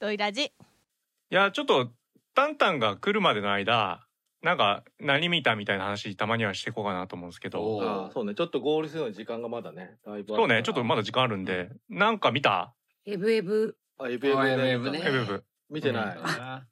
ドイラジいやちょっとタンタンが来るまでの間なんか何見たみたいな話たまにはしていこうかなと思うんですけどおーああそうねちょっとゴールするのに時間がまだねだいぶあるそうねちょっとまだだ時間あるんでなんか見たエブエブあエブエブねあエブエブねえブブ見てない、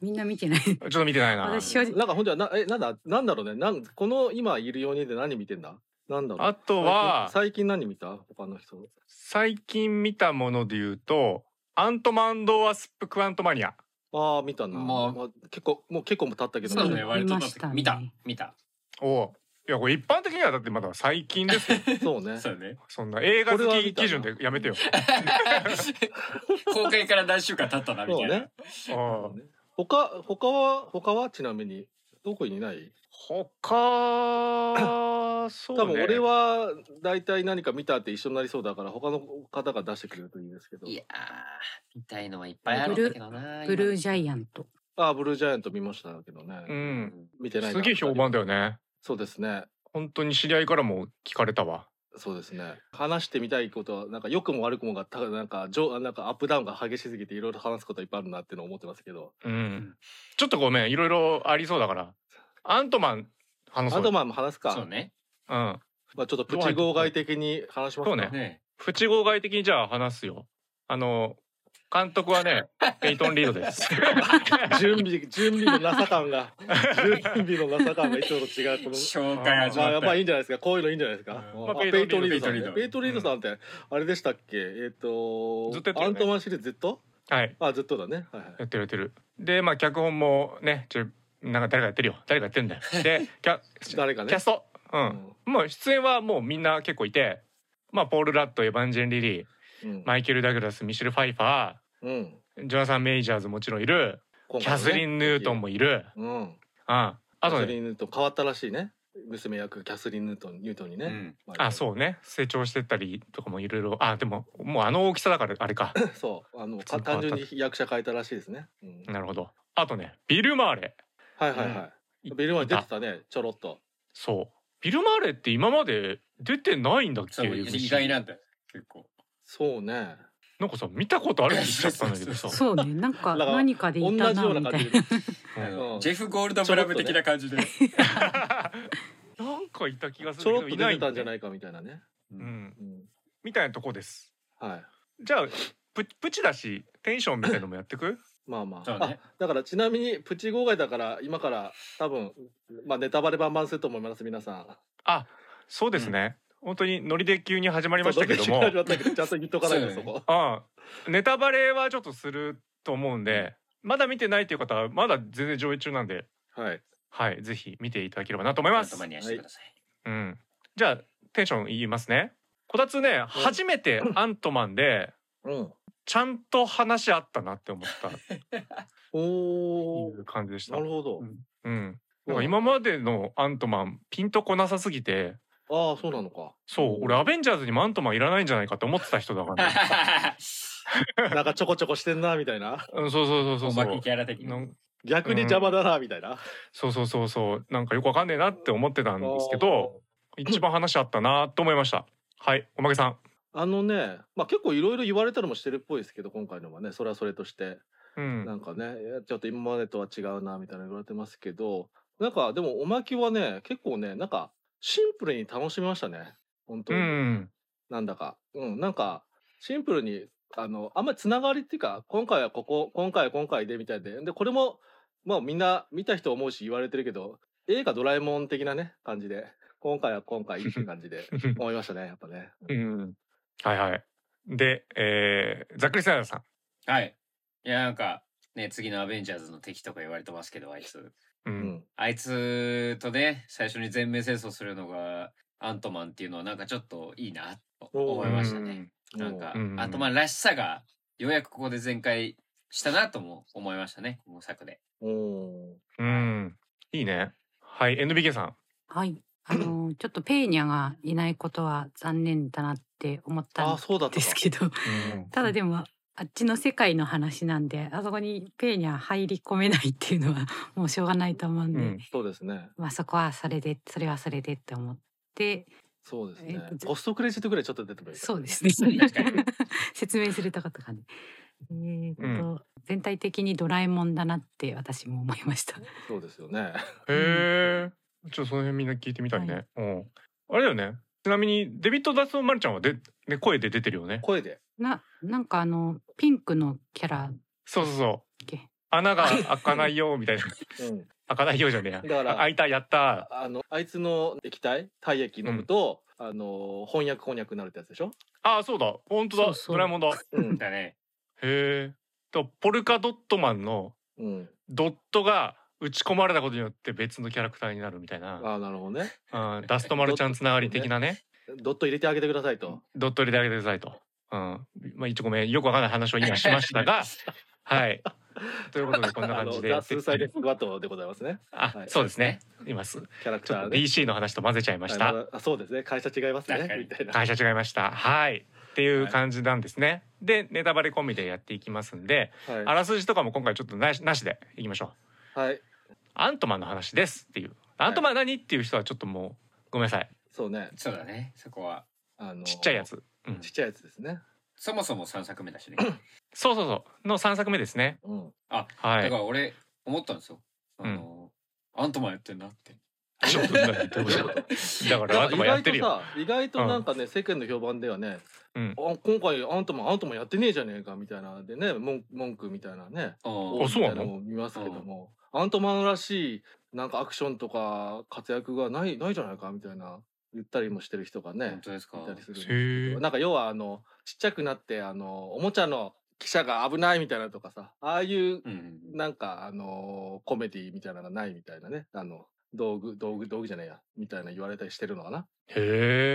みんな見てない。ちょっと見てないな私正直なんかほんじゃなえなんだなんだろうねなんこの今いる4人で何見てんだなんだろうあとは最近最近何見た他の人最近見たもので言うとアントマンドアスプクアントマニアああ見たな、ままああ、結構もう結構も経ったけどそうねん割と見ましたね見た見たをいやこれ一般的にはだってまだ最近です よそうねそう ねそんな映画こ好れはき見た基な準でやめてよ、公開から何週間経ったなみたいな、そううねん他他は他はちなみにどこにない他そう、ね、多分俺は大体何か見たって一緒になりそうだから他の方が出してくれるといいですけどいやー見たいのはいっぱいあるんだけどなブルージャイイアント。あーブルージャイアント見ましたけどね、うん見てないなすげえ評判だよねそうですね本当に知り合いからも聞かれたわそうですね話してみたいことはなんか良くも悪くもがたなんか上なんかアップダウンが激しすぎていろいろ話すこといっぱいあるなっていうのを思ってますけどうん、ちょっとごめんいろいろありそうだからアントマン話そうアントマンも話すかそうねうんまあ、ちょっとプチ号外的に話しますかそうねね不知合外的にじゃあ話すよあの監督は ねペイトン・リードです準備準備のなさ感が準備のなさ感がいつもと違うこの紹介始ままあっまあたいいよんじゃないですかこういうのいいんじゃないですか、うんあまあペイトン・リードさんねペペイイトトンン・リリードードさんさんってあれでしたっけえっ、とずっとやってるよねアントマンシリーズずっとはいあずっとだねはいはいやってるやってるでまあ脚本もねちょなんか誰かやってるよ誰かやってるんだよでキャ 誰かねキャストううんんもう出演はもうみんな結構いて、まあ、ポール・ラッドエヴァンジェン・リリーうんマイケル・ダグラスミシェル・ファイファうんージョナサン・メイジャーズもちろんいる今回ねキャスリン・ヌートンもいる、うんうん、あキとャねスリン・ヌートン変わったらしいね娘役キャスリン・ヌートンニュートンにね、うんまあそうね成長してったりとかもいろいろあでももうあの大きさだからあれ かそうあの普通に変わっかた単純に役者変えたらしいですね、うんなるほどあとねビル・マーレはいはいはい、ベルマン出てたねちょろっとそうビル・マーレって今まで出てないんだっけそう意外なんだよ結構そうねなんかさ見たことあるって言っちゃったんだけどさそうね、なんかだから何かで同いじたなようなみた感いじな。 あのうんジェフ・ゴールドブラム的な感じで、なんかいた気がすちょるろけっどといない出てんだたねんじゃないかみたいなね、ううんん、うん、みたいなとこですはいじゃあププチだしテンションみたいのもやってくまあまそうあ,、ねあだからちなみにプチ号外だから今から多分まあネタバレバンバンすると思います皆さんあそうですね、本当にノリで急に始まりましたけどそうもどれくらい始まったけどちゃんと言っとかないと そそうねこああネタバレはちょっとすると思うんでまだ見てないという方はまだ全然上映中なんではいはいぜひ見ていただければなと思いちゃまんすとマニアしてください、うん、じゃあテンション言いますねこたつね、初めてアントマンでうんちゃんと話あったなって思ったっておいーう感じでしたなるほど、うんうん、なんか今までのアントマンピンとこなさすぎてああそうなのかそう俺アベンジャーズにもアントマンいらないんじゃないかって思ってた人だ から、ね、 なんかちょこちょこしてんなみたいなうんそうそうそうそうおそまけうキャラ的になん逆に邪魔だなみたいな、そうそうそうそうなんかよくわかんねえなって思ってたんですけどあー一番話あったなと思いました。はい、おまけさん。あのね、まあ、結構いろいろ言われたのもしてるっぽいですけど今回のはねそれはそれとしてうん。なんかねいやちょっと今までとは違うなみたいなの言われてますけどなんかでもおまけはね結構ねなんかシンプルに楽しみましたね本当うに、ん。なんだかうんなんかシンプルにあのあんまりつながりっていうか今回はここ今回は今回でみたいででこれもまあみんな見た人思うし言われてるけど映画「ドラえもん」的なね感じで今回は今回っていう感じで思いましたねやっぱね。うん。はいはい。で、えー、ざっくりせなさはいいやなんかね次のアベンジャーズの敵とか言われてますけどあいつん。う。うんんあいつとね最初に全面戦争するのがアントマンっていうのはなんかちょっといいなと思いましたね。なんかうんアントマンらしさがようやくここで全開したなとも思いましたねこの作で。おおうん。うん。いいね。はい、NBK さん。はい。あのーちょっとペーニャがいないことは残念だなって思っあたあんそうだったかですけど、うんただでもあっちの世界の話なんで、あそこにペーニャ入り込めないっていうのは もうしょうがないと思うんで、うんそうですねまあそこはそれで、それはそれでって思って、そうですねえっと ポストクレジットぐらいちょっと出てくるそうですね確かに。説明するとことかね。えーっと、全体的にドラえもんだなって私も思いました。そうですよね。 へえ。ちょっとその辺みんな聞いてみたいね。はいうん。あれだよね。ちなみにデビッド・ダストン・マルちゃんはで、ね、声で出てるよね。声で。な、なんかあのピンクのキャラだっそうそうそう。け。穴が開かないよみたいな。うん。開かないよじゃねえや。だからあ開いたやった。あの、あいつの液体、体液飲むと、あの、翻訳こんにゃくになるってやつでしょあそうだ。本当だ。そうそうドラえもんだ。へうん。だね。え。とポルカドットマンのうん。ドットが打ち込まれたことによって別のキャラクターになるみたいな。ああ、なるほどね。あダストマルちゃんつながり的なね。ドット入れてあげてくださいと。ドット入れてあげてくださいと。うん。まあ一応ごめん。よくわかんない話を今しました が。はい。ということでこんな感じでやあのザ・ってスいーきたサいイドスクワットでございますね。あ、はいそうですね。今す。キャラクちょタっーとね。 DC の話と混ぜちゃいましはた。いまだそうですね。会社違いますね確か。にみたいな。会社違いました。はい。っていう感じなんですね。で、ネタバレ込みでやっていきますんで、あはらすじとかも今回ちょっとなしなしでいきましょう。い。はい。アントマンの話ですっていう。アントマン何っていう人はちょっともう、ごめんなさい。そうね。そうだね。そこは。あの。ちっちゃいや。つ。うんちっちゃいやつですね。そもそも三作目だしね。そうそうそう。の3作目ですね。うん。はだいか。ら俺思ったんですよ。あの、アントマンやってんなって。ちょっと何言ってほしい だ からアント意マンやっ外てるとよ。さ、意外となんかね、世間の評判ではね、うん。あ今回アントマンアントマンやってねえじゃねえかみたいなでね文文句みたいなねあおそうなのみたいも見ますけども、アントマンらしいなんかアクションとか活躍がないないじゃないかみたいな言ったりもしてる人が本ね、当ですかい。たりするんですけへどなんか要はあのちっちゃくなってあのおもちゃの汽車が危ないみたいなとかさああいううん。なんかあのコメディみたいなのがないみたいなねあの道具道具道具じゃないやみたいな言われたりしてるのかなえ。へ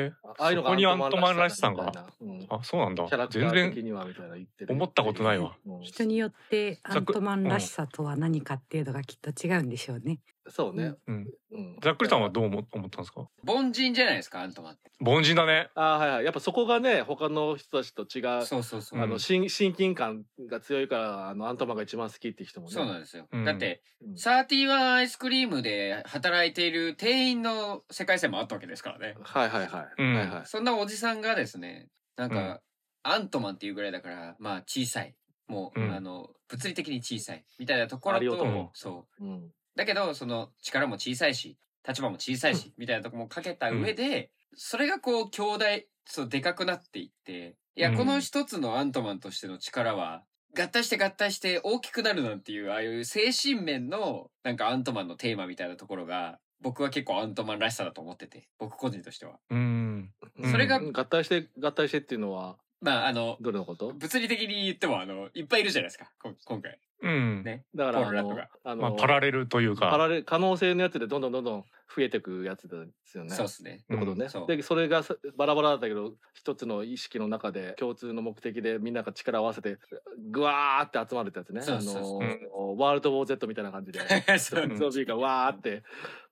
え。あああいうのがそこにアントマンらしさがアントマンらしさみたいなうんあ、そうなんだキャラ。クタ全ー然的にはみたいな言ってる思ったことないわ。うん人によってアざンくトマンらしさとは何かっていうのがきっと違うんでしょうね。そうね。うん。うんざっくりさんはどう思思ったんですか凡人じゃないですか、アントマンって。凡人だね。あーはいはい。やっぱそこがね、他の人たちと違う。そうそうそう。あうのん親親近感が強いからあのアントマンが一番好きって人もね。そうなんですよ。うんだって、うんサーティワンアイスクリームで働いている店員の世界線もあったわけですからね。はいはいはい。うんはいはい。そんなおじさんがですね、なんうか、アントマンっていうぐらいだから、まあ小さい。もう、うんあの、物理的に小さい。みたいなとこありろがとと、ううんそう。うん。だけど、その力も小さいし、立場も小さいし、みたいなとこもかけた上で、それがこう、兄弟、そう、でかくなっていって、いや、うんこの一つのアントマンとしての力は、合体して合体して大きくなるなんていう、ああいう精神面の、なんかアントマンのテーマみたいなところが、僕は結構アントマンらしさだと思ってて、僕個人としては。うん。それがうん合体して合体してっていうのはまあ、あの、どれのこと？物理的に言っても、あの、いっぱいいるじゃないですか、こ今回。うん。ね。だからポーあルラッのドがあのまあパラレルというか。パラレル可能性のやつでどんどんどんどん増えてくやつですよね。そうですね。ってことうねんそ。うでそれがさバラバラだったけど一つの意識の中で共通の目的でみんなが力を合わせてぐわーって集まるってやつね。そあうそうそうのーワールドウォー Z みたいな感 じでそううんゾンビがわーって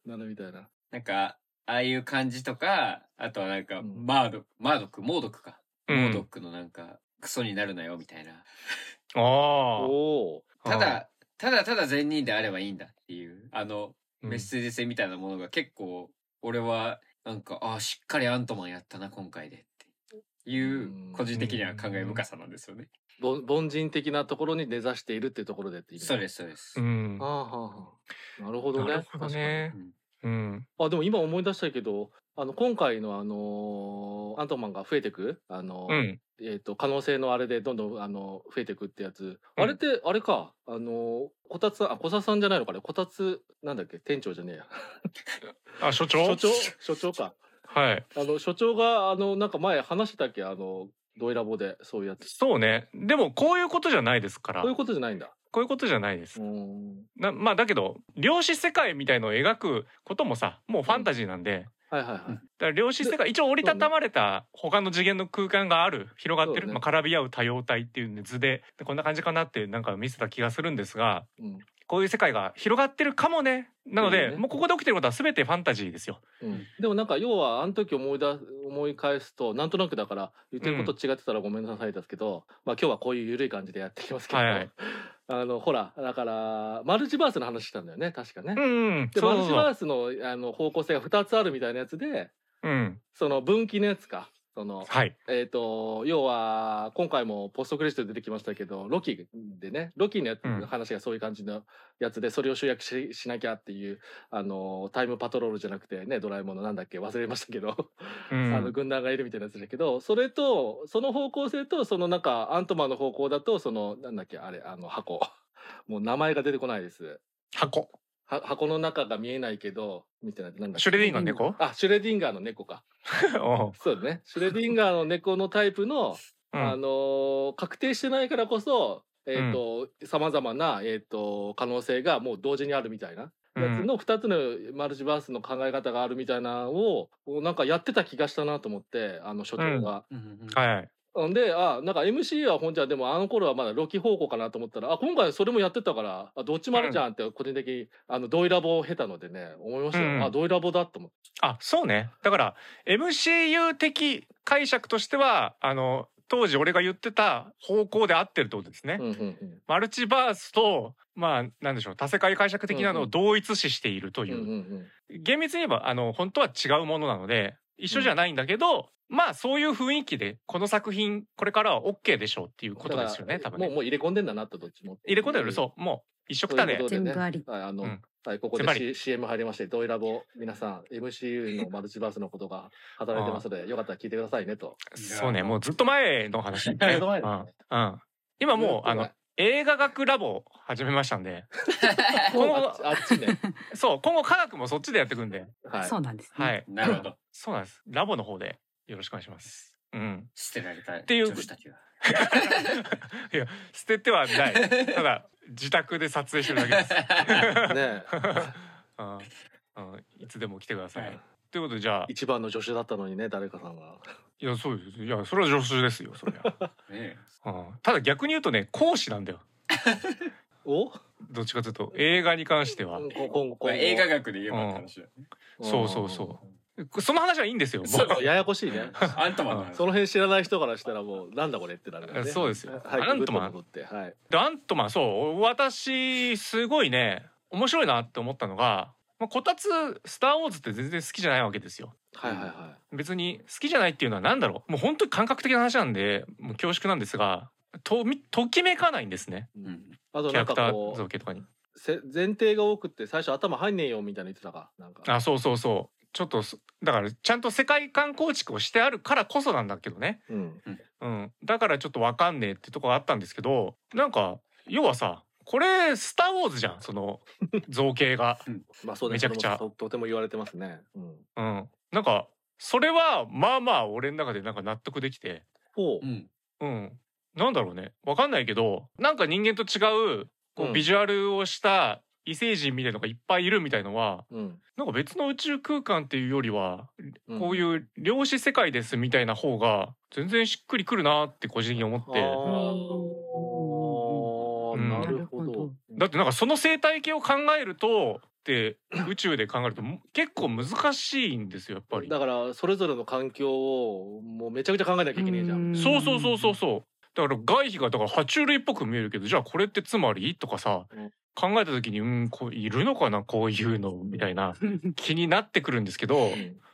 なるみたいな。なんか、ああいう感じとか、あとはなんか、うんマード、マードック、モードックか。うモードッん。クのなんか、クソになるなよ、みたいな。ああ。おお。ただ、ただただ善人であればいいんだっていう、あの、メッセージ性みたいなものが結構、俺は、なんか、ああ、しっかりアントマンやったな、今回で。っていうう、ん個人的には考え深さなんですよね。ぼ凡人的なところに根ざしているっていうところでっていそうす。です、そうですう。ん。あーはあはあなるほどね。なるほどねう。んうん。あでも今思い出したけどあの今回のあのーアントマンが増えてくあのーうん。えー、と可能性のあれでどんどんあの増えていくってやつ、うんあれってあれかあのこたつさんあこたつさんじゃないのかねこたつなんだっけ店長じゃねえやあ、所長。所長 所長かはい。あの所長があのなんか前話してたっけあのドイラボでそういうやつそうね。でも、こういうことじゃないですから。そういうこことじゃないんだういうことじゃないでうすー。んなまあ、だけど、量子世界みたいのを描くこともさ、もうファンタジーなんで。はいはいはい、うんだから量子世界一応折りたたまれた他の次元の空間がある広がってる、そうまねあ、絡み合う多様体っていう図ででこんな感じかなってなんか見せた気がするんですがうんこういう世界が広がってるかもねなので、そうだよねもうここで起きてることは全てファンタジーですよ。うん、でもなんか要はあの時思いだ思い返すとなんとなくだから言ってること違ってたらごめんなさいですけど、まあ今日はこういう緩い感じでやっていきますけど、はいはい あのほらだからマルチバースの話したんだよね確かね。うん、うん、でそマうルそうチそバうースのあの方向性が2つあるみたいなやつでうんその分岐のやつかそのはい。えっ、と要は今回もポストクレジットで出てきましたけどロキでねロキのやつうん話がそういう感じのやつで、それを集約ししなきゃっていうあのタイムパトロールじゃなくてねドラえもんのなんだっけ忘れましたけど、う あのん。軍団がいるみたいなやつだけどそれとその方向性とそのなんかアントマンの方向だとそのなんだっけあれあの箱 もう名前が出てこないです。箱。 は箱の中が見えないけどみたいななんだっけシュレディンガーの猫。あシュレディンガーの猫かおうそうだねシュレディンガーの猫のタイプのうあん。のー確定してないからこそ、えっ、と、様々な、えっ、と、可能性がもう同時にあるみたいな。うやつんの2つのマルチバースの考え方があるみたいなのを、なんかやってた気がしたなと思って、あの、所長が。ははいはい。んで、あ、なんか MC は本ちゃんでもあの頃はまだロキ方向かなと思ったら、あ、今回それもやってたから、あどっちもあるじゃんって個人的に、あの、ドイラボを経たのでね、思いましたよ。うんあ、ドイラボだと思って。あ、そうね。だから MCU 的解釈としてはあの当時俺が言ってた方向で合ってるってことですね。うんうんうん。マルチバースとまあなんでしょう多世界解釈的なのを同一視しているとうんいうう。んうん。厳密に言えばあの本当は違うものなので一緒じゃないんだけど、まあそういう雰囲気でこの作品これからは OK でしょうっていうことですよねだ多から分ねもう、もう入れ込んでんだなって、どっちも。入れ込んでるそうもう一緒くたでということね全部ありはい、あの、うんはい、ここでズバ C- リ CM 入りまして、ドイラボ、皆さん、MCU のマルチバースのことが働いてますので、よかったら聞いてくださいねと。そうねもうずっと前の 話だねずっと前だねうんうん今もうあの映画学ラボ始めましたんでこのあっちあっちね。そう今後科学もそっちでやっていくんではい。そうなんですね。はいなるほど。そうなんですラボの方でよろしくお願いしますうん捨てられたていう女子たちが。 捨てては ないただ自宅で撮影してるだけ ですねああいつでも来てください。ということでじゃあ一番の助手だったのにね、誰かさんが。いやそうですいやそれは助手ですよそれは、ねうんただ逆に言うとね講師なんだよおどっちかというと映画に関しては、今後、今後。これ映画学で言えばって話だよね。そうそうそうその話はいいんですよもうそううん。ややこしいね。アントマンのそ話。の辺知らない人からしたらもう、なんだこれってなるからね。そうですよはい、アントマングッと戻って。はい。でアントマンそう私すごいね面白いなって思ったのが、まあ、こたつ「スター・ウォーズ」って全然好きじゃないわけですよ。はいはいは別に好きじゃないっていうのは何だろうもう本当に感覚的な話なんでもう恐縮なんですがとみときめかないんですねい。ううんんあとキャなラんクタかーこ造う、形とかに。せ前提が多くって、最初頭入んねえよみたいな言ってたか。なんか。あそうそうそうちょっとそだからちゃんと世界観構築をしてあるからこそなんだけどね、うん。うん、だからちょっとわかんねえってとこがあったんですけどなんか要はさこれ「スター・ウォーズ」じゃんそ の造形が。まあそうね。めちゃくちゃそれもととても言われてますね。うん。うん、なんかそれはまあまあ俺の中でなんか納得できて、ほうう。ん。うん、なんだろうねわかんないけどなんか人間と違うこうんうビジュアルをした異星人みたいのがいっぱいいるみたいのはうんなんか別の宇宙空間っていうよりはうんこういう量子世界ですみたいな方が全然しっくりくるなって個人的に思ってあーうんなるほど。だってなんかその生態系を考えるとって宇宙で考えるとも結構難しいんですよやっぱりだからそれぞれの環境をもうめちゃくちゃ考えなきゃいけねえじゃん。んそうそうそうそうそうだから外皮がだから爬虫類っぽく見えるけどじゃあこれってつまりとかさうん考えた時にうんこういるのかなこういうのみたいな気になってくるんですけど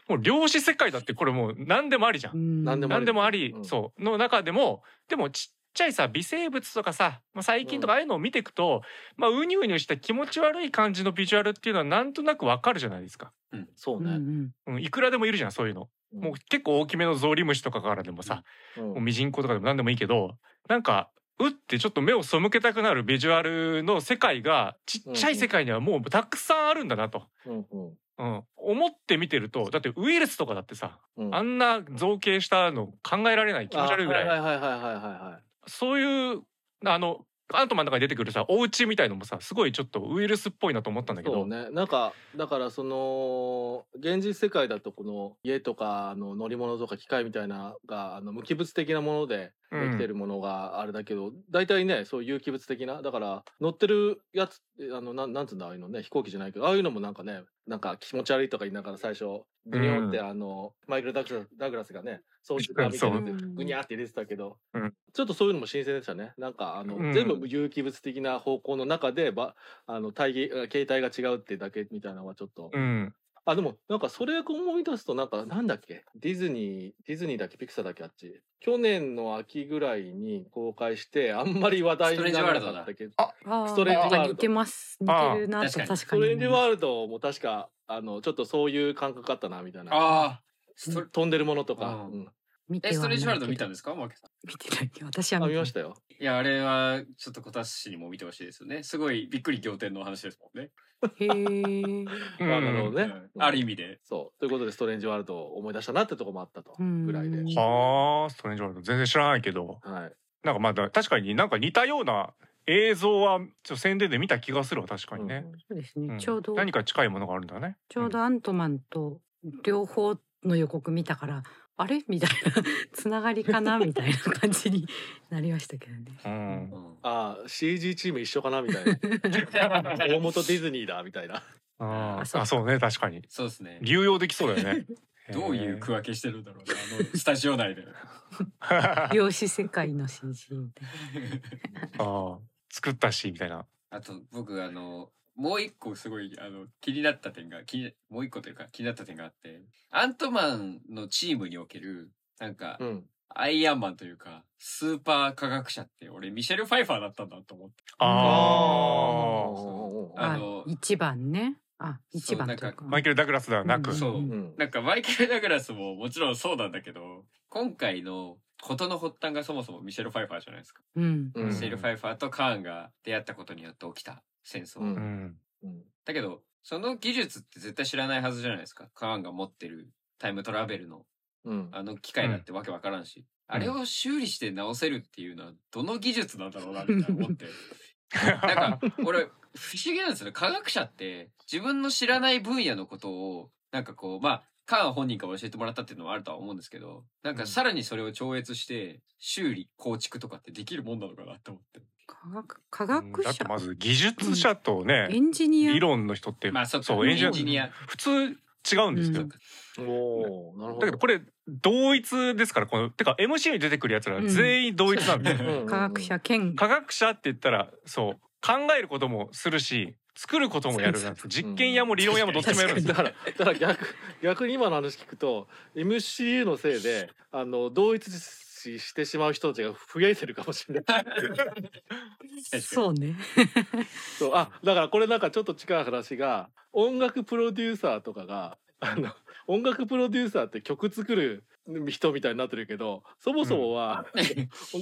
もう量子世界だってこれもう何でもありじゃん。何でもあ何りでもあり、うんそうの中でもでもちっちゃいさ微生物とかさ、まあ、細菌とかああいうのを見ていくと、まあ、ウニウニした気持ち悪い感じのビジュアルっていうのはなんとなくわかるじゃないですか、そううんうね。んうん、いくらでもいるじゃんそういうの、もう結構大きめのゾウリムシとかからでもさ、うんもうミジンコとかでも何でもいいけどなんかうってちょっと目を背けたくなるビジュアルの世界がちっちゃい世界にはもうたくさんあるんだなと、うんうんうん、思って見てるとだってウイルスとかだってさうんあんな造形したの考えられない気持ち悪いぐらいあはいはいはいはいはいはそういうあのアントマンの中に出てくるさお家みたいのもさすごいちょっとウイルスっぽいなと思ったんだい。けそどうね。なんかだからその現実世界だとこの家とかあの乗り物とか機械みたいながあの無機物的なものでうできてんるものがあれだけど、大体ねそういう有機物的なだから乗ってるやつあのなんなんつうんだああいうのね飛行機じゃないけどああいうのもなんかねなんか気持ち悪いとか言いながら最初グニョンってあの、マイケル・ダグラスダグラスがねそうしてたみたいなやつそうグニャーって入れてたけど、うんちょっとそういうのも新鮮でしたねなんかあの、うん全部有機物的な方向の中でばあの体形形態が違うってだけみたいなのはちょっとうんあ、でも、なんかそれを思い出すと、なんか、なんだっけディズニー、ディズニーだっけピクサーだっけあっち。去年の秋ぐらいに公開して、あんまり話題にならなかったけど、あーストレンジワールドなんか似てます。似てるなあーと確かに確スかトに。レンジワールドも確か、あの、ちょっとそういう感覚あったな、みたいな。ああ、ストレ飛んでるものとか。ううんん見てえ、はストレージワールド見たんないですかマーケさん。けど見てないけど私あ、は見見てましたよ。いや、あれは、ちょっと小田氏にも見てほしいですよね。すごいびっくり仰天の話ですもんね。へーうあなるほどんねうんある意味で。そう。ということで、ストレンジワールドを思い出したなってとこもあったと。うんぐらいで。はあストレンジワールド全然知らないけどはい。なんかまだ確かになんか似たような映像はちょっと宣伝で見た気がするわ確かにね、そうですね、んちょうど何か近いものがあるんだねちょうどアントマンと両方の予告見たから、あれみたいなつながりかなみたいな感じになりましたけどね。うん、うんうんああ、CG チーム一緒かなみたいな。大元ディズニーだみたいな。ああそうーあそうね確かにそうですね。流用できそうだ よねど ういう区分けしてるんだろうね。あの、スタジオ内で。 あ量子世界の CG みたいあ作ったしみたいな あと、僕、あの、もう一個すごい、あの、気になった点が、気に、もう一個というか気になった点があって、アントマンのチームにおける、なんかう、ん。アイアンマンというか、スーパー科学者って、俺、ミシェル・ファイファーだったんだと思って。ああーな。ああの一番ね。あ一番というそうなんかかマイケル・ダグラスではなく、うんそううん。なんか、マイケル・ダグラスももちろんそうなんだけど、今回のことの発端がそもそもミシェル・ファイファーじゃないですか。うん。うんミシェル・ファイファーとカーンが出会ったことによって起きた戦争。うんうんうんだけど、その技術って絶対知らないはずじゃないですか。カーンが持ってるタイムトラベルのうん。あの機械だってわけわからんし、うんあれを修理して直せるっていうのはどの技術なんだろうなみたいな思って。なんか、俺、不思議なんですよね。科学者って自分の知らない分野のことを、なんかこう、まあ、カーン本人から教えてもらったっていうのもあるとは思うんですけど、なんかさらにそれを超越して、修理、構築とかってできるもんなのかなって思って。科学科だ学って者、まず技術者とね、エンジニア理論の人って、まあ、そっかそうエエンジニアンジニア。普通違うんですよ、うんだおお、なるほど。けどこれ同一ですからこのてか MC に出てくるやつら全員同一なんで、うんうん科学者兼科学者って言ったらそう考えることもするし作ることもやるなんです実験やも理論やもどっちもやるんですだよから、だから逆、逆に今の話聞くと、MCU のせいで、あの、同一視してしまう人たちが増えてるかもし れない。そうね。そう、あ、だからこれなんかちょっと近い話が、音楽プロデューサーとかが、あの、音楽プロデューサーって曲作る人みたいになってるけど、そもそも は、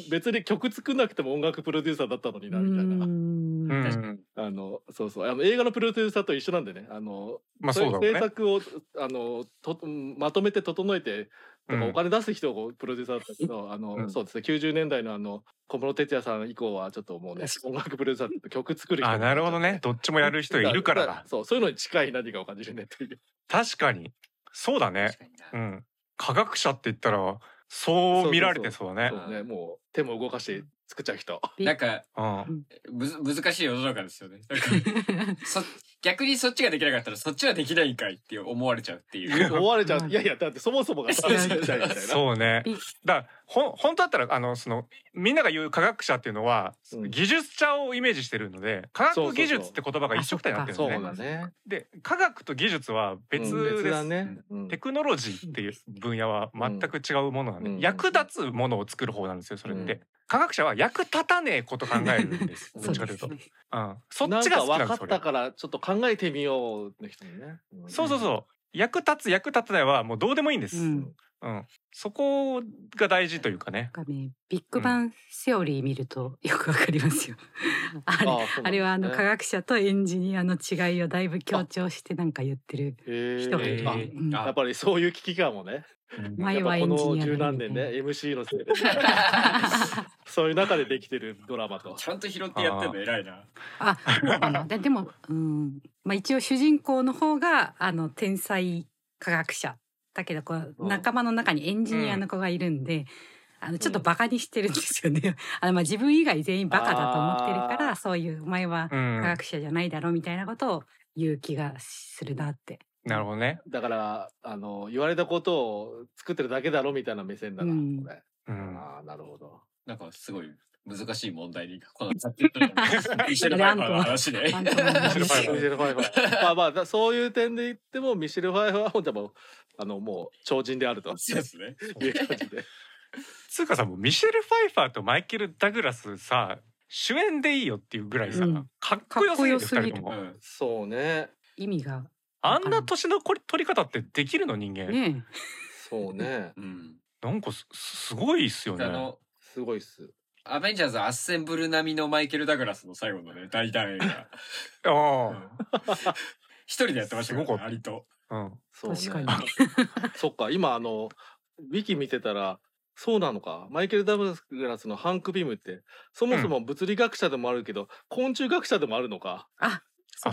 別に曲作んなくても音楽プロデューサーだったのにうな、みたいな。んう。確ん、あのそうそうあの映画のプロデューサーと一緒なんでねあの、まあそういそうだろう制ね作をあのとまとめて整えてとかうんお金出す人がプロデューサーだったけど、あのうんそうですね90年代のあの小室哲哉さん以降はちょっともうね音楽プロデューサーって曲作る人あなるほどねどっちもやる人いるからだそうそういうのに近い何かを感じるねという確かにそうだね確かになうん科学者って言ったらそう見られてそうだねそうねもう手も動かして作っちゃう人なんか、うんむず、難しい世の中ですよね。なんか、そ、逆にそっちができなかったら、そっちはできないんかいって思われちゃうっていう。 思われちゃううんいやいやだってそもそもがさそうみそうたいなそうねび。だからほん本当だったらあのそのみんなが言う科学者っていうのは、うん技術者をイメージしてるので科そうそうそ学う技術って言葉が一緒くたになってるんそうでだすねね。で科学と技術は別うん別です、だね、うんテクノロジーっていう分野は全く違うものなんで、うん役立つものを作る方なんですよそれって、うん科学者は役立たねえこと考えるん ですうんどっそちかうといでうと、すね。うん、そっちが好きなんんでかすそれ分かったからちょっと考えてみようの人もね、んそうそうそう役立つ役立たないはもうどうでもいいんです、ううんん。そこが大事というかねなんかね、ビッグバンセオリー見るとよくわかりますよ。あれあそうなんですねあれはあの科学者とエンジニアの違いをだいぶ強調してなんか言ってる。人がいへるーあえうんやっぱりそういう危機感もね、うん前やっはぱエこンジのニア十だ何みたい年なね、MC のせいで、そういう中でできてるドラマと。 ちゃんと拾ってやってんの偉いな。あ、そうかなででも、うん、まあ一応主人公の方があの天才科学者だけどこううん仲間の中にエンジニアの子がいるんで、あのちょっとバカにしてるんですよね。 あのまあ自分以外全員バカだと思ってるかあーらそういうお前はう科ん学者じゃないだろみたいなことを言う気がするなって。なるほどねだからあの言われたことを作ってるだけだろみたいな目線だな、うんこれ。うんああなるほど。なんかすごい難しい問題にこの先ちょっとミシ ェル・ファイファーの話で。アントマンの話ミシェルファイファー ミシェルファイファーまあまあだそういう点で言ってもミシェル・ファイファーは本当はもうあのもう超人であるというそうですね。感じでつうかさもうミシェル・ファイファーとマイケル・ダグラスさ主演でいいよっていうぐらいさ、うんかっこよすぎるよかっこよすぎる二人とうもん。そうね意味があんな年のこり取り方ってできるの人間、ねそうねうん。なんかすすごいっすよねあの、すごいっすアベンジャーズアッセンブル並みのマイケル・ダグラスの最後のね、大団円が。うあん 一人でやってましたけすごどかね、った割と。あ、うん、そうね確かにそっか今あのウィキ見てたらそうなのかマイケル・ダグラスのハンク・ビームってそもそも物理学者でもあるけど、昆虫学者でもあるのかあ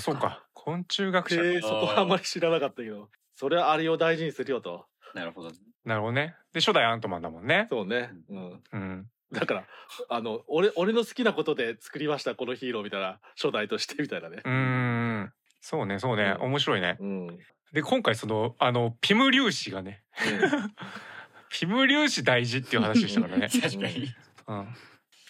そうか昆虫学者へーそこはあんまり知らなかったけどそれはあれを大事にするよとなるほど。、なるほどねで初代アントマンだもんねそうね、うん、うんだからあの俺俺の好きなことで作りましたこのヒーローみたいな初代としてみたいなねう。ーんそうねそうねうん面白いねうん、うんで今回そのあのピム粒子がねピム粒子大事っていう話でしたからね 確かに。うん、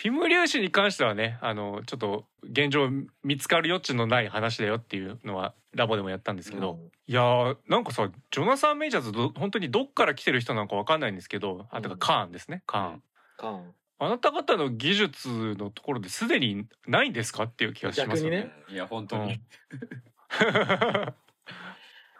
ピム粒子に関してはねあのちょっと現状見つかる余地のない話だよっていうのはラボでもやったんですけど、いやーなんかさジョナサン・メイジャーズど本当にどっから来てる人なのかわかんないんですけどあてかうんカーンですねカーン。カーンあなた方の技術のところですでにないんですかっていう気がしますよね。いや、本当に。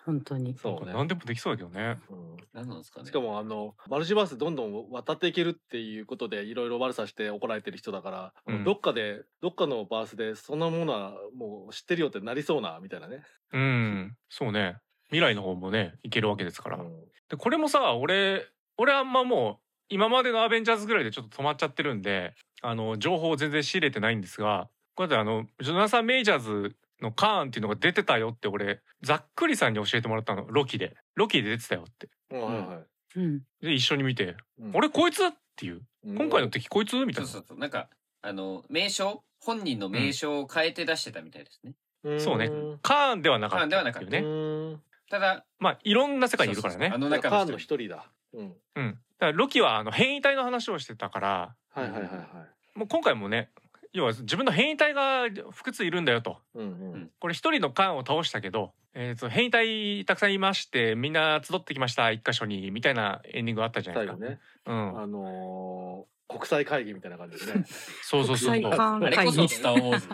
本当にそうねなん何でもできそうだけどね。うん何なんですかね。しかもあのマルチバースどんどん渡っていけるっていうことでいろいろ悪さして怒られてる人だから、うんどっかでどっかのバースでそんなものはもう知ってるよってなりそうなみたいなね。うん、そうね。未来の方もね、いけるわけですからう。んで、これもさ、俺、俺あんまもう、今までのアベンジャーズぐらいでちょっと止まっちゃってるんで、あの、情報を全然仕入れてないんですが、こうやってあの、ジョナサン・メイジャーズのカーンっていうのが出てたよって俺、ざっくりさんに教えてもらったの、ロキで。ロキで出てたよって。うんはいはいうんで、一緒に見て、うんあれこいつっていう。今回の敵こいつみたいうな。そそうそう。なんか、あの、名称本人の名称を変えて出してたみたいですね。うんそうねんカーンではなかったカーンではなかっってたいうね。うんただ、まあいろんな世界にいるからね。そううそうそうあのカ中ーンのの一人。一人だ。うんん。だからロキはあの変異体の話をしてたから、はいはいはいはい。もう今回もね、要は自分の変異体が複数いるんだよと。うんうん。これ一人のカーンを倒したけど、えー、と変異体たくさんいましてみんな集ってきました一箇所にみたいなエンディングがあったじゃない最で後すか。ね、うん。あのー国際会議みたいな感じで ね。そうそうそう国際そう。観あれ会こそ議スター・ウォーズ。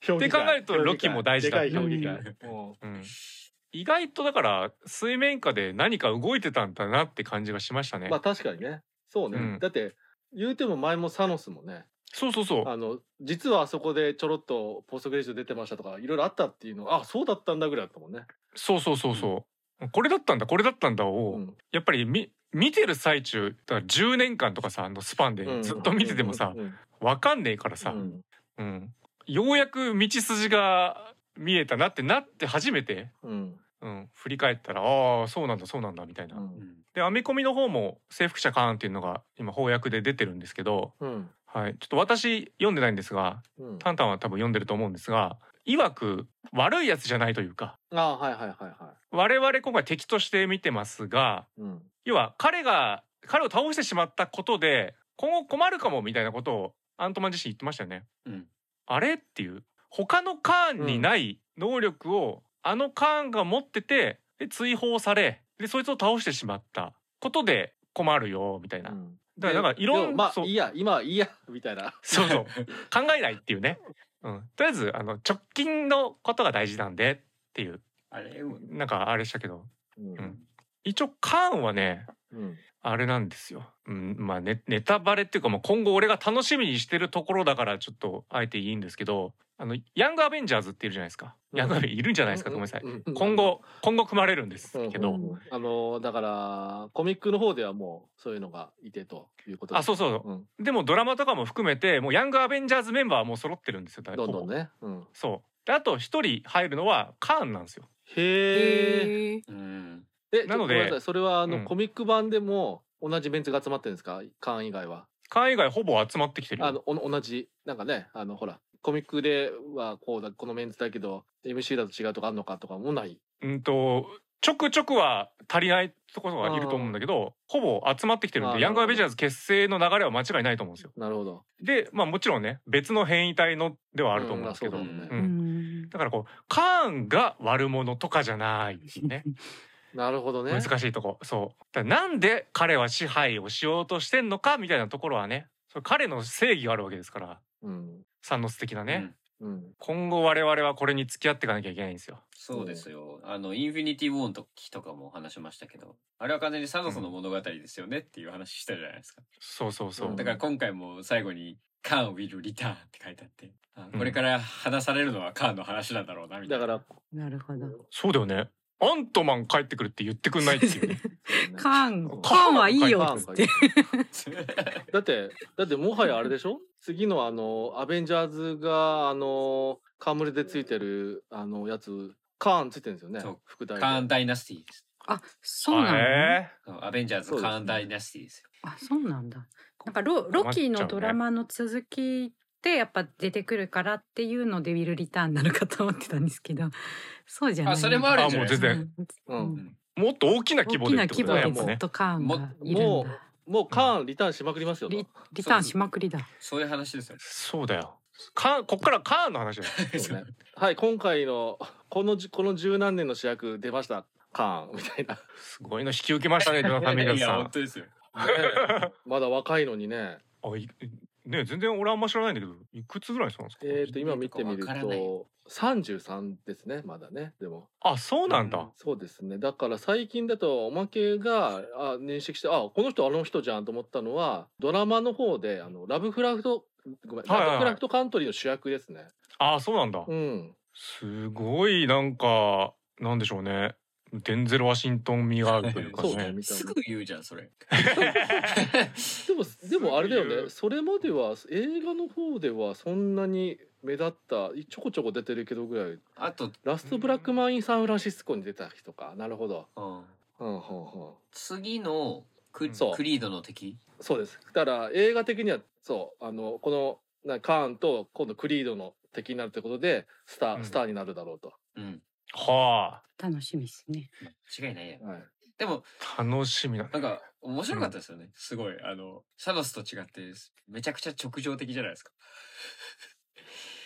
そうね。っって考えるとロキも大事だでかい評議会う。もうん意外とだから水面下で何か動いてたんだなって感じがしましたね。うまあ確かにね。そうね。うんだって言うても前もサノスもね、そうそうそう。あの実はあそこでちょろっとポストグレージュ出てましたとかいろいろあったっていうのはあそうだったんだぐらいだったもんね。そうそうそうそう。これだったんだこれだったんだを、うんやっぱりみ見てる最中だから10年間とかさあのスパンでうんずっと見ててもさうんわかんねえからさ、うんうん、ようやく道筋が見えたなってなって初めて、うんうん、振り返ったらああそうなんだそうなんだみたいな。うんで編み込みの方も「征服者カーン」っていうのが今翻訳で出てるんですけど、うんはい、ちょっと私読んでないんですがうんタンタンは多分読んでると思うんですがいわく悪いやつじゃないというかああはいはいはいは我々今回敵として見てますがい。うん要は彼が彼を倒してしまったことで今後困るかもみたいなことをアントマン自身言ってましたよね。うん。あれっていう他のカーンにない能力をあのカーンが持っててで追放されでそいつを倒してしまったことで困るよみたいな、うんだからなんかいでろもんまなあそういいや今はいいやみたいな。そうそう考えないっていうね、うん、とりあえずあの直近のことが大事なんでっていう あれ、うんなんかあれしたけどうんん一応カーンはねうんあれなんですよ、うん、まあネネタバレっていうか、まあ、今後俺が楽しみにしてるところだからちょっとあえていいんですけどあのヤングアベンジャーズっているじゃないですか、うんヤングアベンいるんじゃないですか、ごめんなさい、うん今後今後組まれるんですけど、うんあのだからコミックの方ではもうそういうのがいてということであそうそううんでもドラマとかも含めてもうヤングアベンジャーズメンバーはもう揃ってるんですよだいどんどほんぼね、うん、そうであと一人入るのはカーンなんですよへえへえうん。えなのでごめんさいそれはあの、うんコミック版でも同じメンツが集まってるんですかカーン以外はカーン以外ほぼ集まってきてるよあのお同じなんかねあのほらコミックではこうだこのメンツだけど MC だと違うとかあるのかとかもないうんとちょくちょくは足りないところがいると思うんだけどほぼ集まってきてるんあーでヤングアベンジャーズ結成の流れは間違いないと思うんですよ。なるほど。でまあもちろんね別の変異体のではあると思うんですけど、ううんまあそうだろううねうんんだからこうカーンが悪者とかじゃないですね。なるほどね。難しいとこそうだからなんで彼は支配をしようとしてんのかみたいなところはねそれ彼の正義があるわけですからうん。三之助的なね、うんうん。今後我々はこれに付き合っていかなきゃいけないんですよそうですよ。あの、インフィニティ・ウォーの時とかも話しましたけど、あれは完全にサノスの物語ですよねっていう話したじゃないですか。そうそうそう、うんだから今回も最後に、カーン・ウィル・リターンって書いてあって、あこれから話されるのはカーンの話なんだろうな、みただいな。から、 なるほど。そうだよねアントマン帰ってくるって言ってくんないっていうねカーン、カカーーンンははいいいいよよカーンっつがっいいて。 だって、だってもはやあれでしょ次のあの、アベンジャーズが、あの、冠でついてる、あの、やつ、カーンついてるんですよねそう。副題 で。カーン・ダイナスティです。あ、そうなの、えそうアベンジャーズ・そうですねカーン・ダイナスティですよ。あ、そうなんだ。なんかロロキのドラマの続きってやっぱ出てくるからっていうのでウィルリターンなのかと思ってたんですけど、 そうじゃない。あそれもあるんじゃないですかあもう全然うんうんーもっと大きな規大模きでっなてこ規と模だよねでずもうねっとカーンがいるんもだ。う、もうカーンリターンしまくりますよと。リリターンしまくりだ。そういう話ですよ。そうだよカーンこっからカーンの話だよそうねはい、今回の、このじ、この十何年の主役出ました。カーンみたいな。すごいの引き受けましたねジョナサン・メイジャーいズや、さ本ん当ですよ。ねえまだ若いのにね。あいね全然俺あんま知らないんだけどいくつぐらいの人なんですか、えっ、と、今見てみるわからないと、33ですね、まだね。でも。あそうなんだ、うんそうですね。だから最近だとおまけがあ認識して、あ、この人あの人じゃんと思ったのは、ドラマの方で、あの、ラブフラフト、ごめん、はいはいはいラブフラフトカントリーの主役ですね。あそうなんだ、うん。すごいなんかなんでしょうねデンゼル・ワシントン味があるというか そうね。ね、みたいすなぐ。言うじゃん、それ。でも、でもあれだよそういうね。それまでは、映画の方ではそんなに目立った、ちょこちょこ出てるけどぐらい、あと、ラストブラックマンインサンフランシスコに出た人か。なるほど。うんうん、うん、うん。次のクそうクリードの敵そうです。だから映画的にはそうあのこのなカーンと今度クリードの敵になるってことでスター、うんスターになるだろうと。うん。は楽しみですね。間違いないや。はい、でも、あ楽しみだ。なんか、面白かったですよね。すごい。あの、サノスと違って、めちゃくちゃ直情的じゃないですか。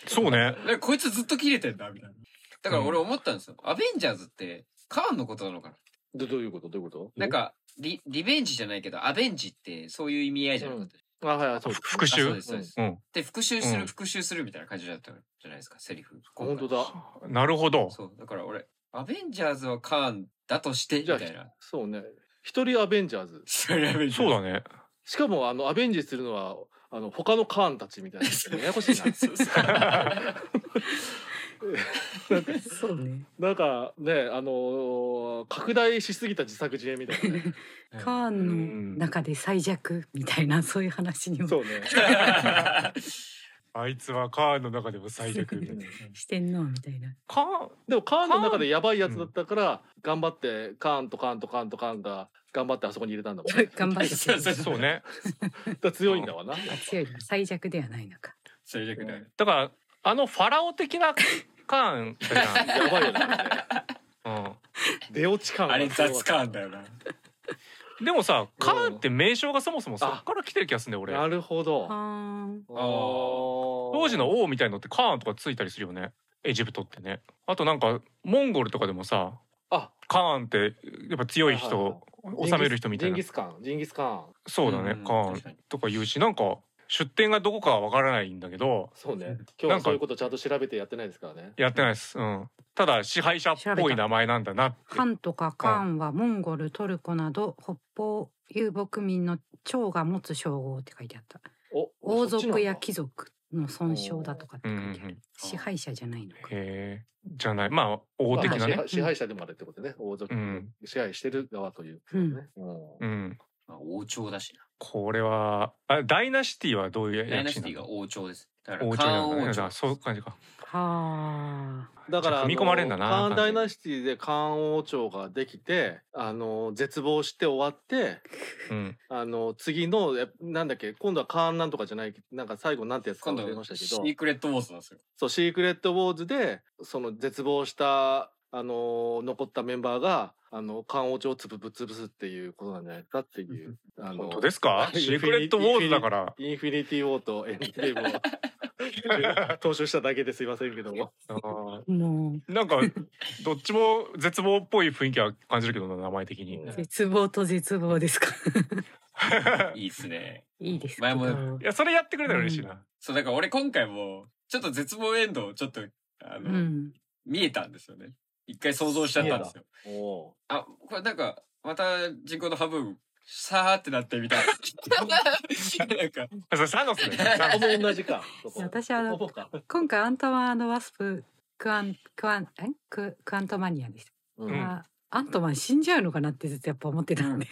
そうね。なんかこいつずっと切れてんだ、みたいな。だから俺思ったんですよ。アベンジャーズって、カーンのことなのかなどどういうことどういうこと？なんか、リ、リベンジじゃないけど、アベンジって、そういう意味合いじゃなかった。あはいはいそうです復あそう讐です、そうです。うん。で、復讐すうんる、復讐するみたいな感じだったじゃないですか、セリフ。あ本当だ。なるほど。そう、だから俺、アベンジャーズはカーンだとして、みじゃたあいな。そうね。一人アベンジャーズ。それアベンジャーズ そうだね。しかもあのアベンジするのはあの他のカーンたちみたいな。ややこしい な。そうそうそうね。なんかねあのー拡大しすぎた自作自演みたいな、 ね。カーンの中で最弱みたいなそういう話にも そうね。あいつはカーンの中でも最弱みたいな。してんのみたいな。カーンでもカーンの中でやばいやつだったから頑張ってカーンとカーンとカーンとカーンが頑張ってあそこに入れたんだも んね。頑張ってそうそうそうね。だから強いんだわな。強い最弱ではないのか。最弱だよ。だからあのファラオ的なカーンじゃやばいよね。ん。うん。出落ち感があれ雑カーンだよな。でもさ、カーンって名称がそもそもそっから来てる気がするんだよな俺。るほど。あー当当時の王みたいのってカーンとかついたりするよね。エジプトってね。あとなんかモンゴルとかでもさ、あカーンってやっぱ強い人、はいはい治める人みたいなジンギスジンギスカンジンギスカンそうだね、うんカー確ンかにとか言うしなんか出店がどこかはわからないんだけどそうねなん今日かはそういうことちゃんと調べてやってないですからねやってないです、うん、ただ支配者っぽい名前なんだなってハンとかカーンはモンゴル、トルコなど北方遊牧民の長が持つ称号って書いてあった。お王そっちなん族だや貴族の損傷だとかって書いてあうる。んうんうん支配者じゃないのか。へえじゃないまあ王まあ的なまあ支ね配支配者でもあるってことね王族うん支配してる側ということねううんんまあ、王朝だしこれはあダイナシティはどういうな。ダイナ役シ者テなィがの王朝です。だから王カ朝ーなンんだね王だ から朝。そういう感じかはあ。だからあの組み込まれんだなカーンダイナシティでカーン王朝ができてあの絶望して終わってうんあの次のえなんだっけ今度はカーンなんとかじゃないなんか最後なんてやつか今忘度れましたけシどークレットウォーズなんですよ。そう、シークレットウォーズで、その絶望した、あのー残ったメンバーが、あの漢王朝をつぶぶつぶすっていうことなんじゃないですかっていう。あの本当ですかインフィシニークレットウォーズだから。インフィニティウォーとエンドゲームを 踏襲しただけですいませんけども。あもーなんか、どっちも絶望っぽい雰囲気は感じるけどな、名前的に。 う絶望と絶望ですかいいですね。 いいですけ前もどいや、それやってくれたら嬉しいな。そう、だから俺今回も、ちょっと絶望エンドをちょっと、あうの、ん見えたんですよね。一回想像しちゃったんですよ。おあ、これなんか、また人口の半分、さーってなってみたい。 なんか、あそれサノスね。サノお。スここも同じか。そこ私はあのここか。今回アントマンワスプクアンクアンえククアントマニアです、ううんあアントマン死んじゃうのかなってずっとやっぱ思ってたんで、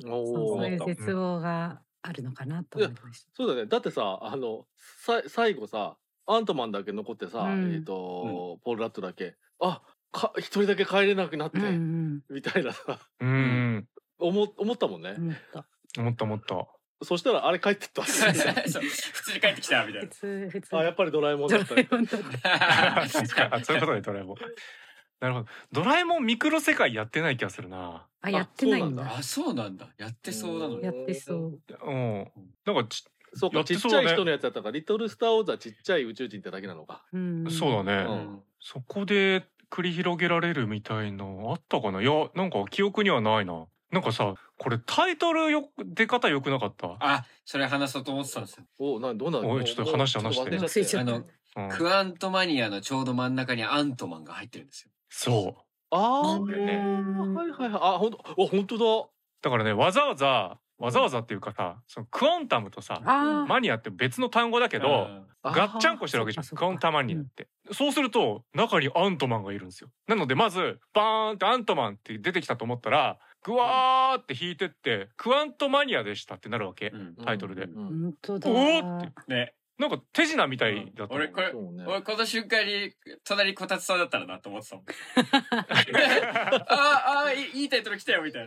そうお そういうー絶望があるのかなと思いましそうだね。だってさ、あの、さ最後さ、アントマンだけ残ってさ、うんえっ、と、ポールラットだけ、あ、か一人だけ帰れなくなって、た。うんうんみたいなさ、うんうん。思思ったもんね。思思ったった思った。そしたらあれ帰ってった。 そう普通に帰ってきた、みた普い通普通あ、やっぱりドラえもんだドラったね え。もんだったな。あ そういうことね、ドラえもん。なるほど。ドラえもんミクロ世界やってない気がするな。あやってないんそうなんだあ、そうなんだ。やってそうなのにやってそううん。なんかち、そやうか、っちてっそうちゃだねい人のやつだったから、リトルスターウォーズはちっちゃい宇宙人ってだけなのか。うんそうだうね。んそこで繰り広げられるみたいのあったかないや、なんか記憶にはないな。なんかさ、これタイトルよ出方良くなかった。あ、それ話そうと思ってたんですよ。お、な、どうなのおいちょっと話して話して忘れちゃあったの、うん、クアントマニアのちょうど真ん中にアントマンが入ってるんですよ。そう。あなんだよねー、はいはいはい。あ、ほんと、お、ほんとだからね、わざわざ、わざわざっていうかさ、そのクオンタムとさ、あーマニアって別の単語だけど、だ。ガッチャンコしてるわけじゃん。そっかそっクかオンタマニアって。そうすると、中にアントマンがいるんですよ。なので、まず、バーンってアントマンって出てきたと思ったら、グワーって引いてって、クアントマニアでしたってなるわけ。んうんタイトルでうん本当だおーってね。なんか手品みたいだと思う。俺これそうね俺この瞬間に隣こたつさんだったらなと思って たもん。 ああいいいいタイトル来たよみた い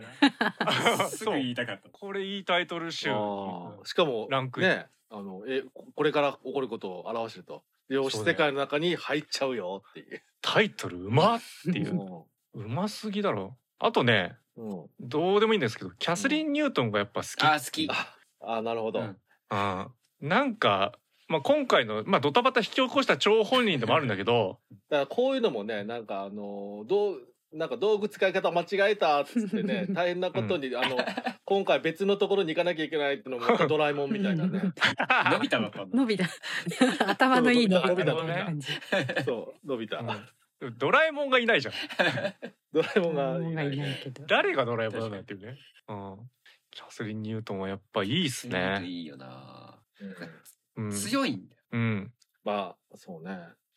な。すぐ言いたかった。これいいタイトル集。あーし かも、ランクインね、あの、え、ここれから起こることを表してると。量子そうだ世よ界の中に入っちゃうよっていう。タイトルうまっていうう。うますぎだろ。あとね、うんうんどうでもいいんですけど、キャスリン・ニュートンがやっぱ好き。あ好き。あ、あなるほど。うんうんなんか、まあ、今回の、まあ、ドタバタ引き起こした張本人でもあるんだけど、だからこういうのもねなんかあのどうなんか道具使い方間違えたっつって ね大変なことに、あの今回別のところに行かなきゃいけないってのもまたドラえもんみたいなねのび太だ ったんだ。 伸 びた頭のいいの伸びたみ伸びたいたな感じそう伸びた、うんドラえもんがいないじゃん。ドラえもんが物がいいなないいけど誰がドラえもんなんだっていうね。うん。キャスリン・ニュートンはやっぱいいっすね。いいよな。うんうん。強いんだよ。うん。まあそうね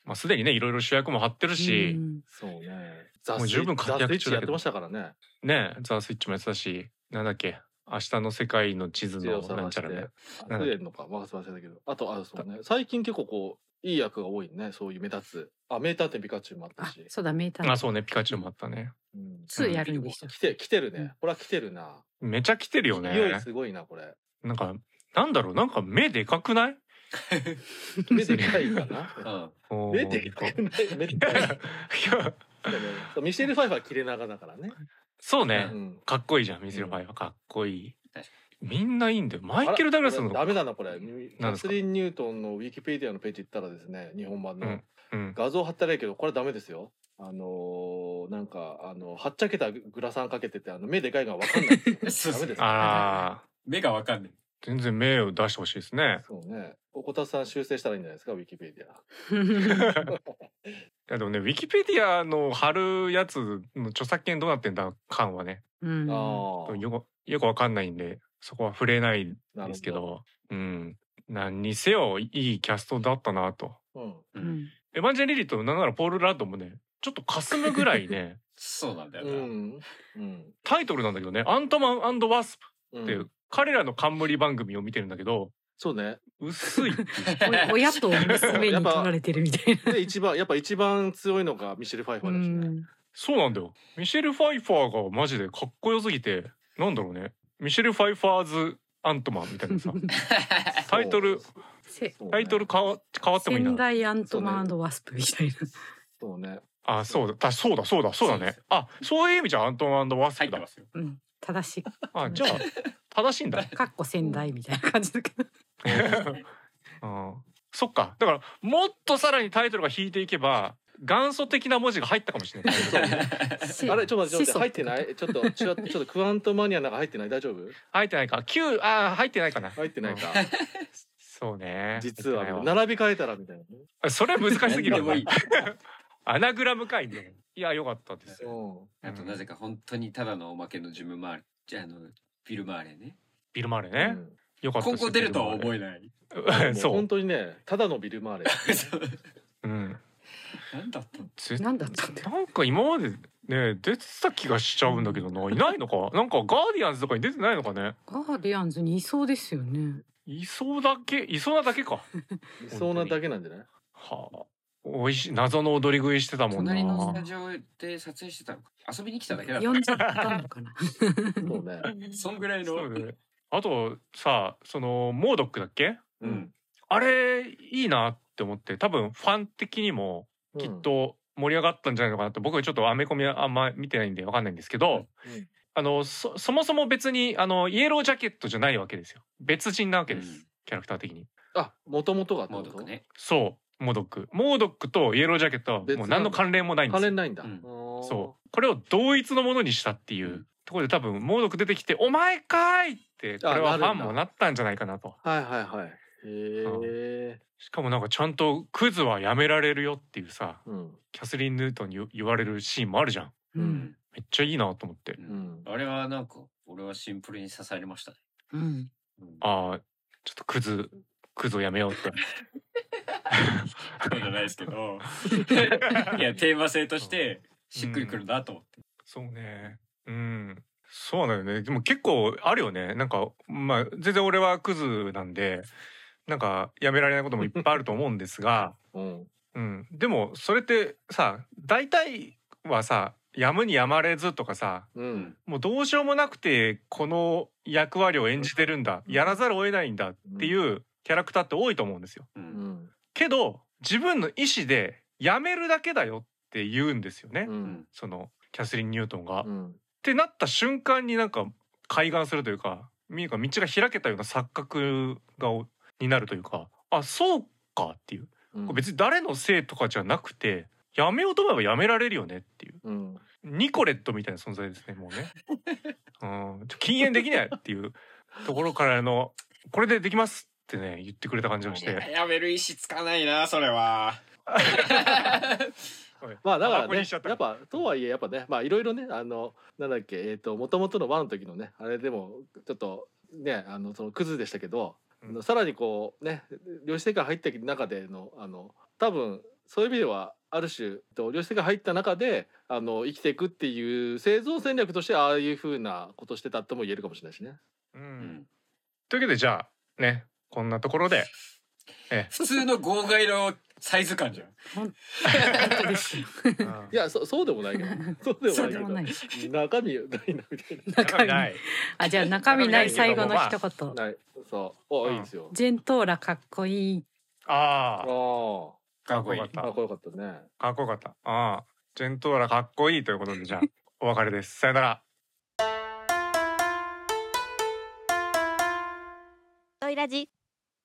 まあ、すでにね、いろいろ主役も張ってるうし、んそうねザもう十分活躍中やだっけてどましたからねね、ザ・スイッチもやってたし、なんだっけ、明日の世界の地図地のをな探んしちゃてらね。あ出てるのか忘れたけどあとあそうね最近結構こういい役が多いねそういう目立つあ名探偵ピカチュウもあったあし、そうだメーターあ、そうね、ピカチュウもあったね。うん、 2やるんでしたっ来て来てるうんねこれは来てるなめちゃ来てるよ勢いね。すごいなこれなんか、なんだろう、なんか目でかくない目でかいか な。おー 目でかくない。目でかい。いやミシェルファイファー切れ長だからね。そううね、ん。かっこいいじゃん、ミスルファイはかっこいい確か。みんないいんだよ。マイケル・ダグラスの。ダメだなこれ。キかャスリンニュートンのウィキペディアのページ行ったらですね、日本版うのんうん。画像貼ったらいいけどこれダメですよ。あのーなんかあのはっちゃけたグラサンかけててあの目でかいのがわかんな い。ダメですそうそうよ。ああ、目がわかんない。全然目を出してほしいですね。そうね。おこたつさん修正したらいいんじゃないですかウィキペディア。けいやでもね、ウィキペディアの貼るやつの著作権どうなってんだ感はね、うんああ。よくよくわかんないんで、そこは触れないんなるほですけど、。うん。何にせよ、いいキャストだったなと。うん。ううんんエヴァンジェリリとなんならポール・ラッドもね、ちょっと霞むぐらいね、そうなんだような。ん。うん。タイトルなんだけどね、アントマンワスうプっていんう、彼らの冠番組を見てるんだけど、そうね。薄い。お親と娘に取られてるみたいなで一 番やっぱ一番強いのがミシェル・ファイファうーですね。んそうなんだよ。ミシェル・ファイファーがマジでかっこよすぎて、なんだろうね。ミシェル・ファイファーズ・アントマンみたいなさ、タイトル、せそうねタイトル変わ変わってもいい仙な。台アントマンワスプみたいなそうね。あそうだたそうだそうだそうだそうでねすあそういう意味じゃアントマンワス入っプだて ますよ。うん、正しい。あじゃあ正しいんだかっこ仙台みたいな感じだけど。うんそっかだからもっとさらにタイトルが引いていけば元祖的な文字が入ったかもしれないせあれちょっと待ってちょっと待って入ってい。ないちょっとちょっとちょっとクワントマニアなんか入ってない大丈夫入ってないか9あー入ってないかな入ってないかそうね実入はってないわ並び替えたらみたいなねそれ難しすぎる何でも いいアナグラムかいねいやよかったですうよんあとなぜか本当にただのおまけのジムマーレ、じゃああのビルマーレね。ビルマーレね、よかった今後出るとは思ええない。 う んそ本う、当にねただのビルマーレ うん、なんだったのぜなんだったんだよ。なんか今までね出てた気がしちゃうんだけどないないのかなんかガーディアンズとかに出てないのかねガーディアンズにいそうですよね。いそうだけいそうなだけかいそうなだけなんじゃないはあおいしい謎の踊り食いしてたもんな隣のスタジオで撮影してたのか。遊びに来ただけだった呼。んじゃったの かな。そうねそんぐらいの。そうねあとさそのモードックだっけううんん。あれいいなって思って多分ファン的にもきっと盛り上がったんじゃないのかなって、僕はちょっとアメコミはあんま見てないんでわかんないんですけど、うんあのそそもそも別にあのイエロージャケットじゃないわけですよ別人なわけです、うんキャラクター的にあもともとがってモーこドックとね。そうモードックモードックとイエロージャケットは別もうなんだ何の関連もないんで関すよ連ないんだうんそうこれを同一のものにしたっていう、うんところで多分モードック出てきて「お前かーい!」ってこれはあフなァるンんだもなったんじゃないかなとうはいはいはいへえしかもなんかちゃんと「クズはやめられるよ」っていうさうんキャスリン・ヌートンに言言われるシーンもあるじゃんうう。んん。めっちゃいいなと思ってううんんあれはなんか、俺はシンプルに刺されましたね。うん。うんああちょっとクズクズをやめようってそうじゃないですけど。い や、テーマ性として、しっくりくるなと思って。 そうねうんそうなのよねでも結構あるよねなんかまあ全然俺はクズなんでなんかやめられないこともいっぱいあると思うんですがうんうん、でもそれってさ大体はさやむにやまれずとかさうんもうどうしようもなくてこの役割を演じてるんだやらざるを得ないんだっていうキャラクターって多いと思うんですよ。う。うんんけど自分の意思でやめるだけだよって言うんですよね、うんそのキャスリン・ニュートンが。うっんてなった瞬間になんか開眼するというかなんか道が開けたような錯覚がおになるというかあそうかっていう。うん別に誰のせいとかじゃなくてやめようと思えばやめられるよねっていううんニコレットみたいな存在ですねもうね うんちょ禁煙できないっていうところからのこれでできますってね言ってくれた感じがしいやてやめる意思つかないな、それ は。まあだからあこれねにしちゃったやっぱとはいえやっぱねまあいろいろねあのなんだっけえっともともとのワンの時のねあれでもちょっとねあのそのクズでしたけど、うんさらにこうね漁師世界入った中でのあの多分そういう意味ではある種と漁師世界入った中であの生きていくっていう生存戦略としてああいうふうなことしてたとも言えるかもしれないしね。ううんんというわけでじゃあねこんなところ で普通の号外のサイズ感じゃん。本当ですよ。いやそそうでもないけどそそううででももなないい。けど中身ないなみたい中身ないあ、じゃあ中身ない最後の一な。言。ないそうおいいですよ。ジェントーラかっこいい。ああーあかかっっここいいよ。かかっっこよかったね。かっこよかったああジェントーラかっこいいということでじゃあお別れですさよなら トイラジ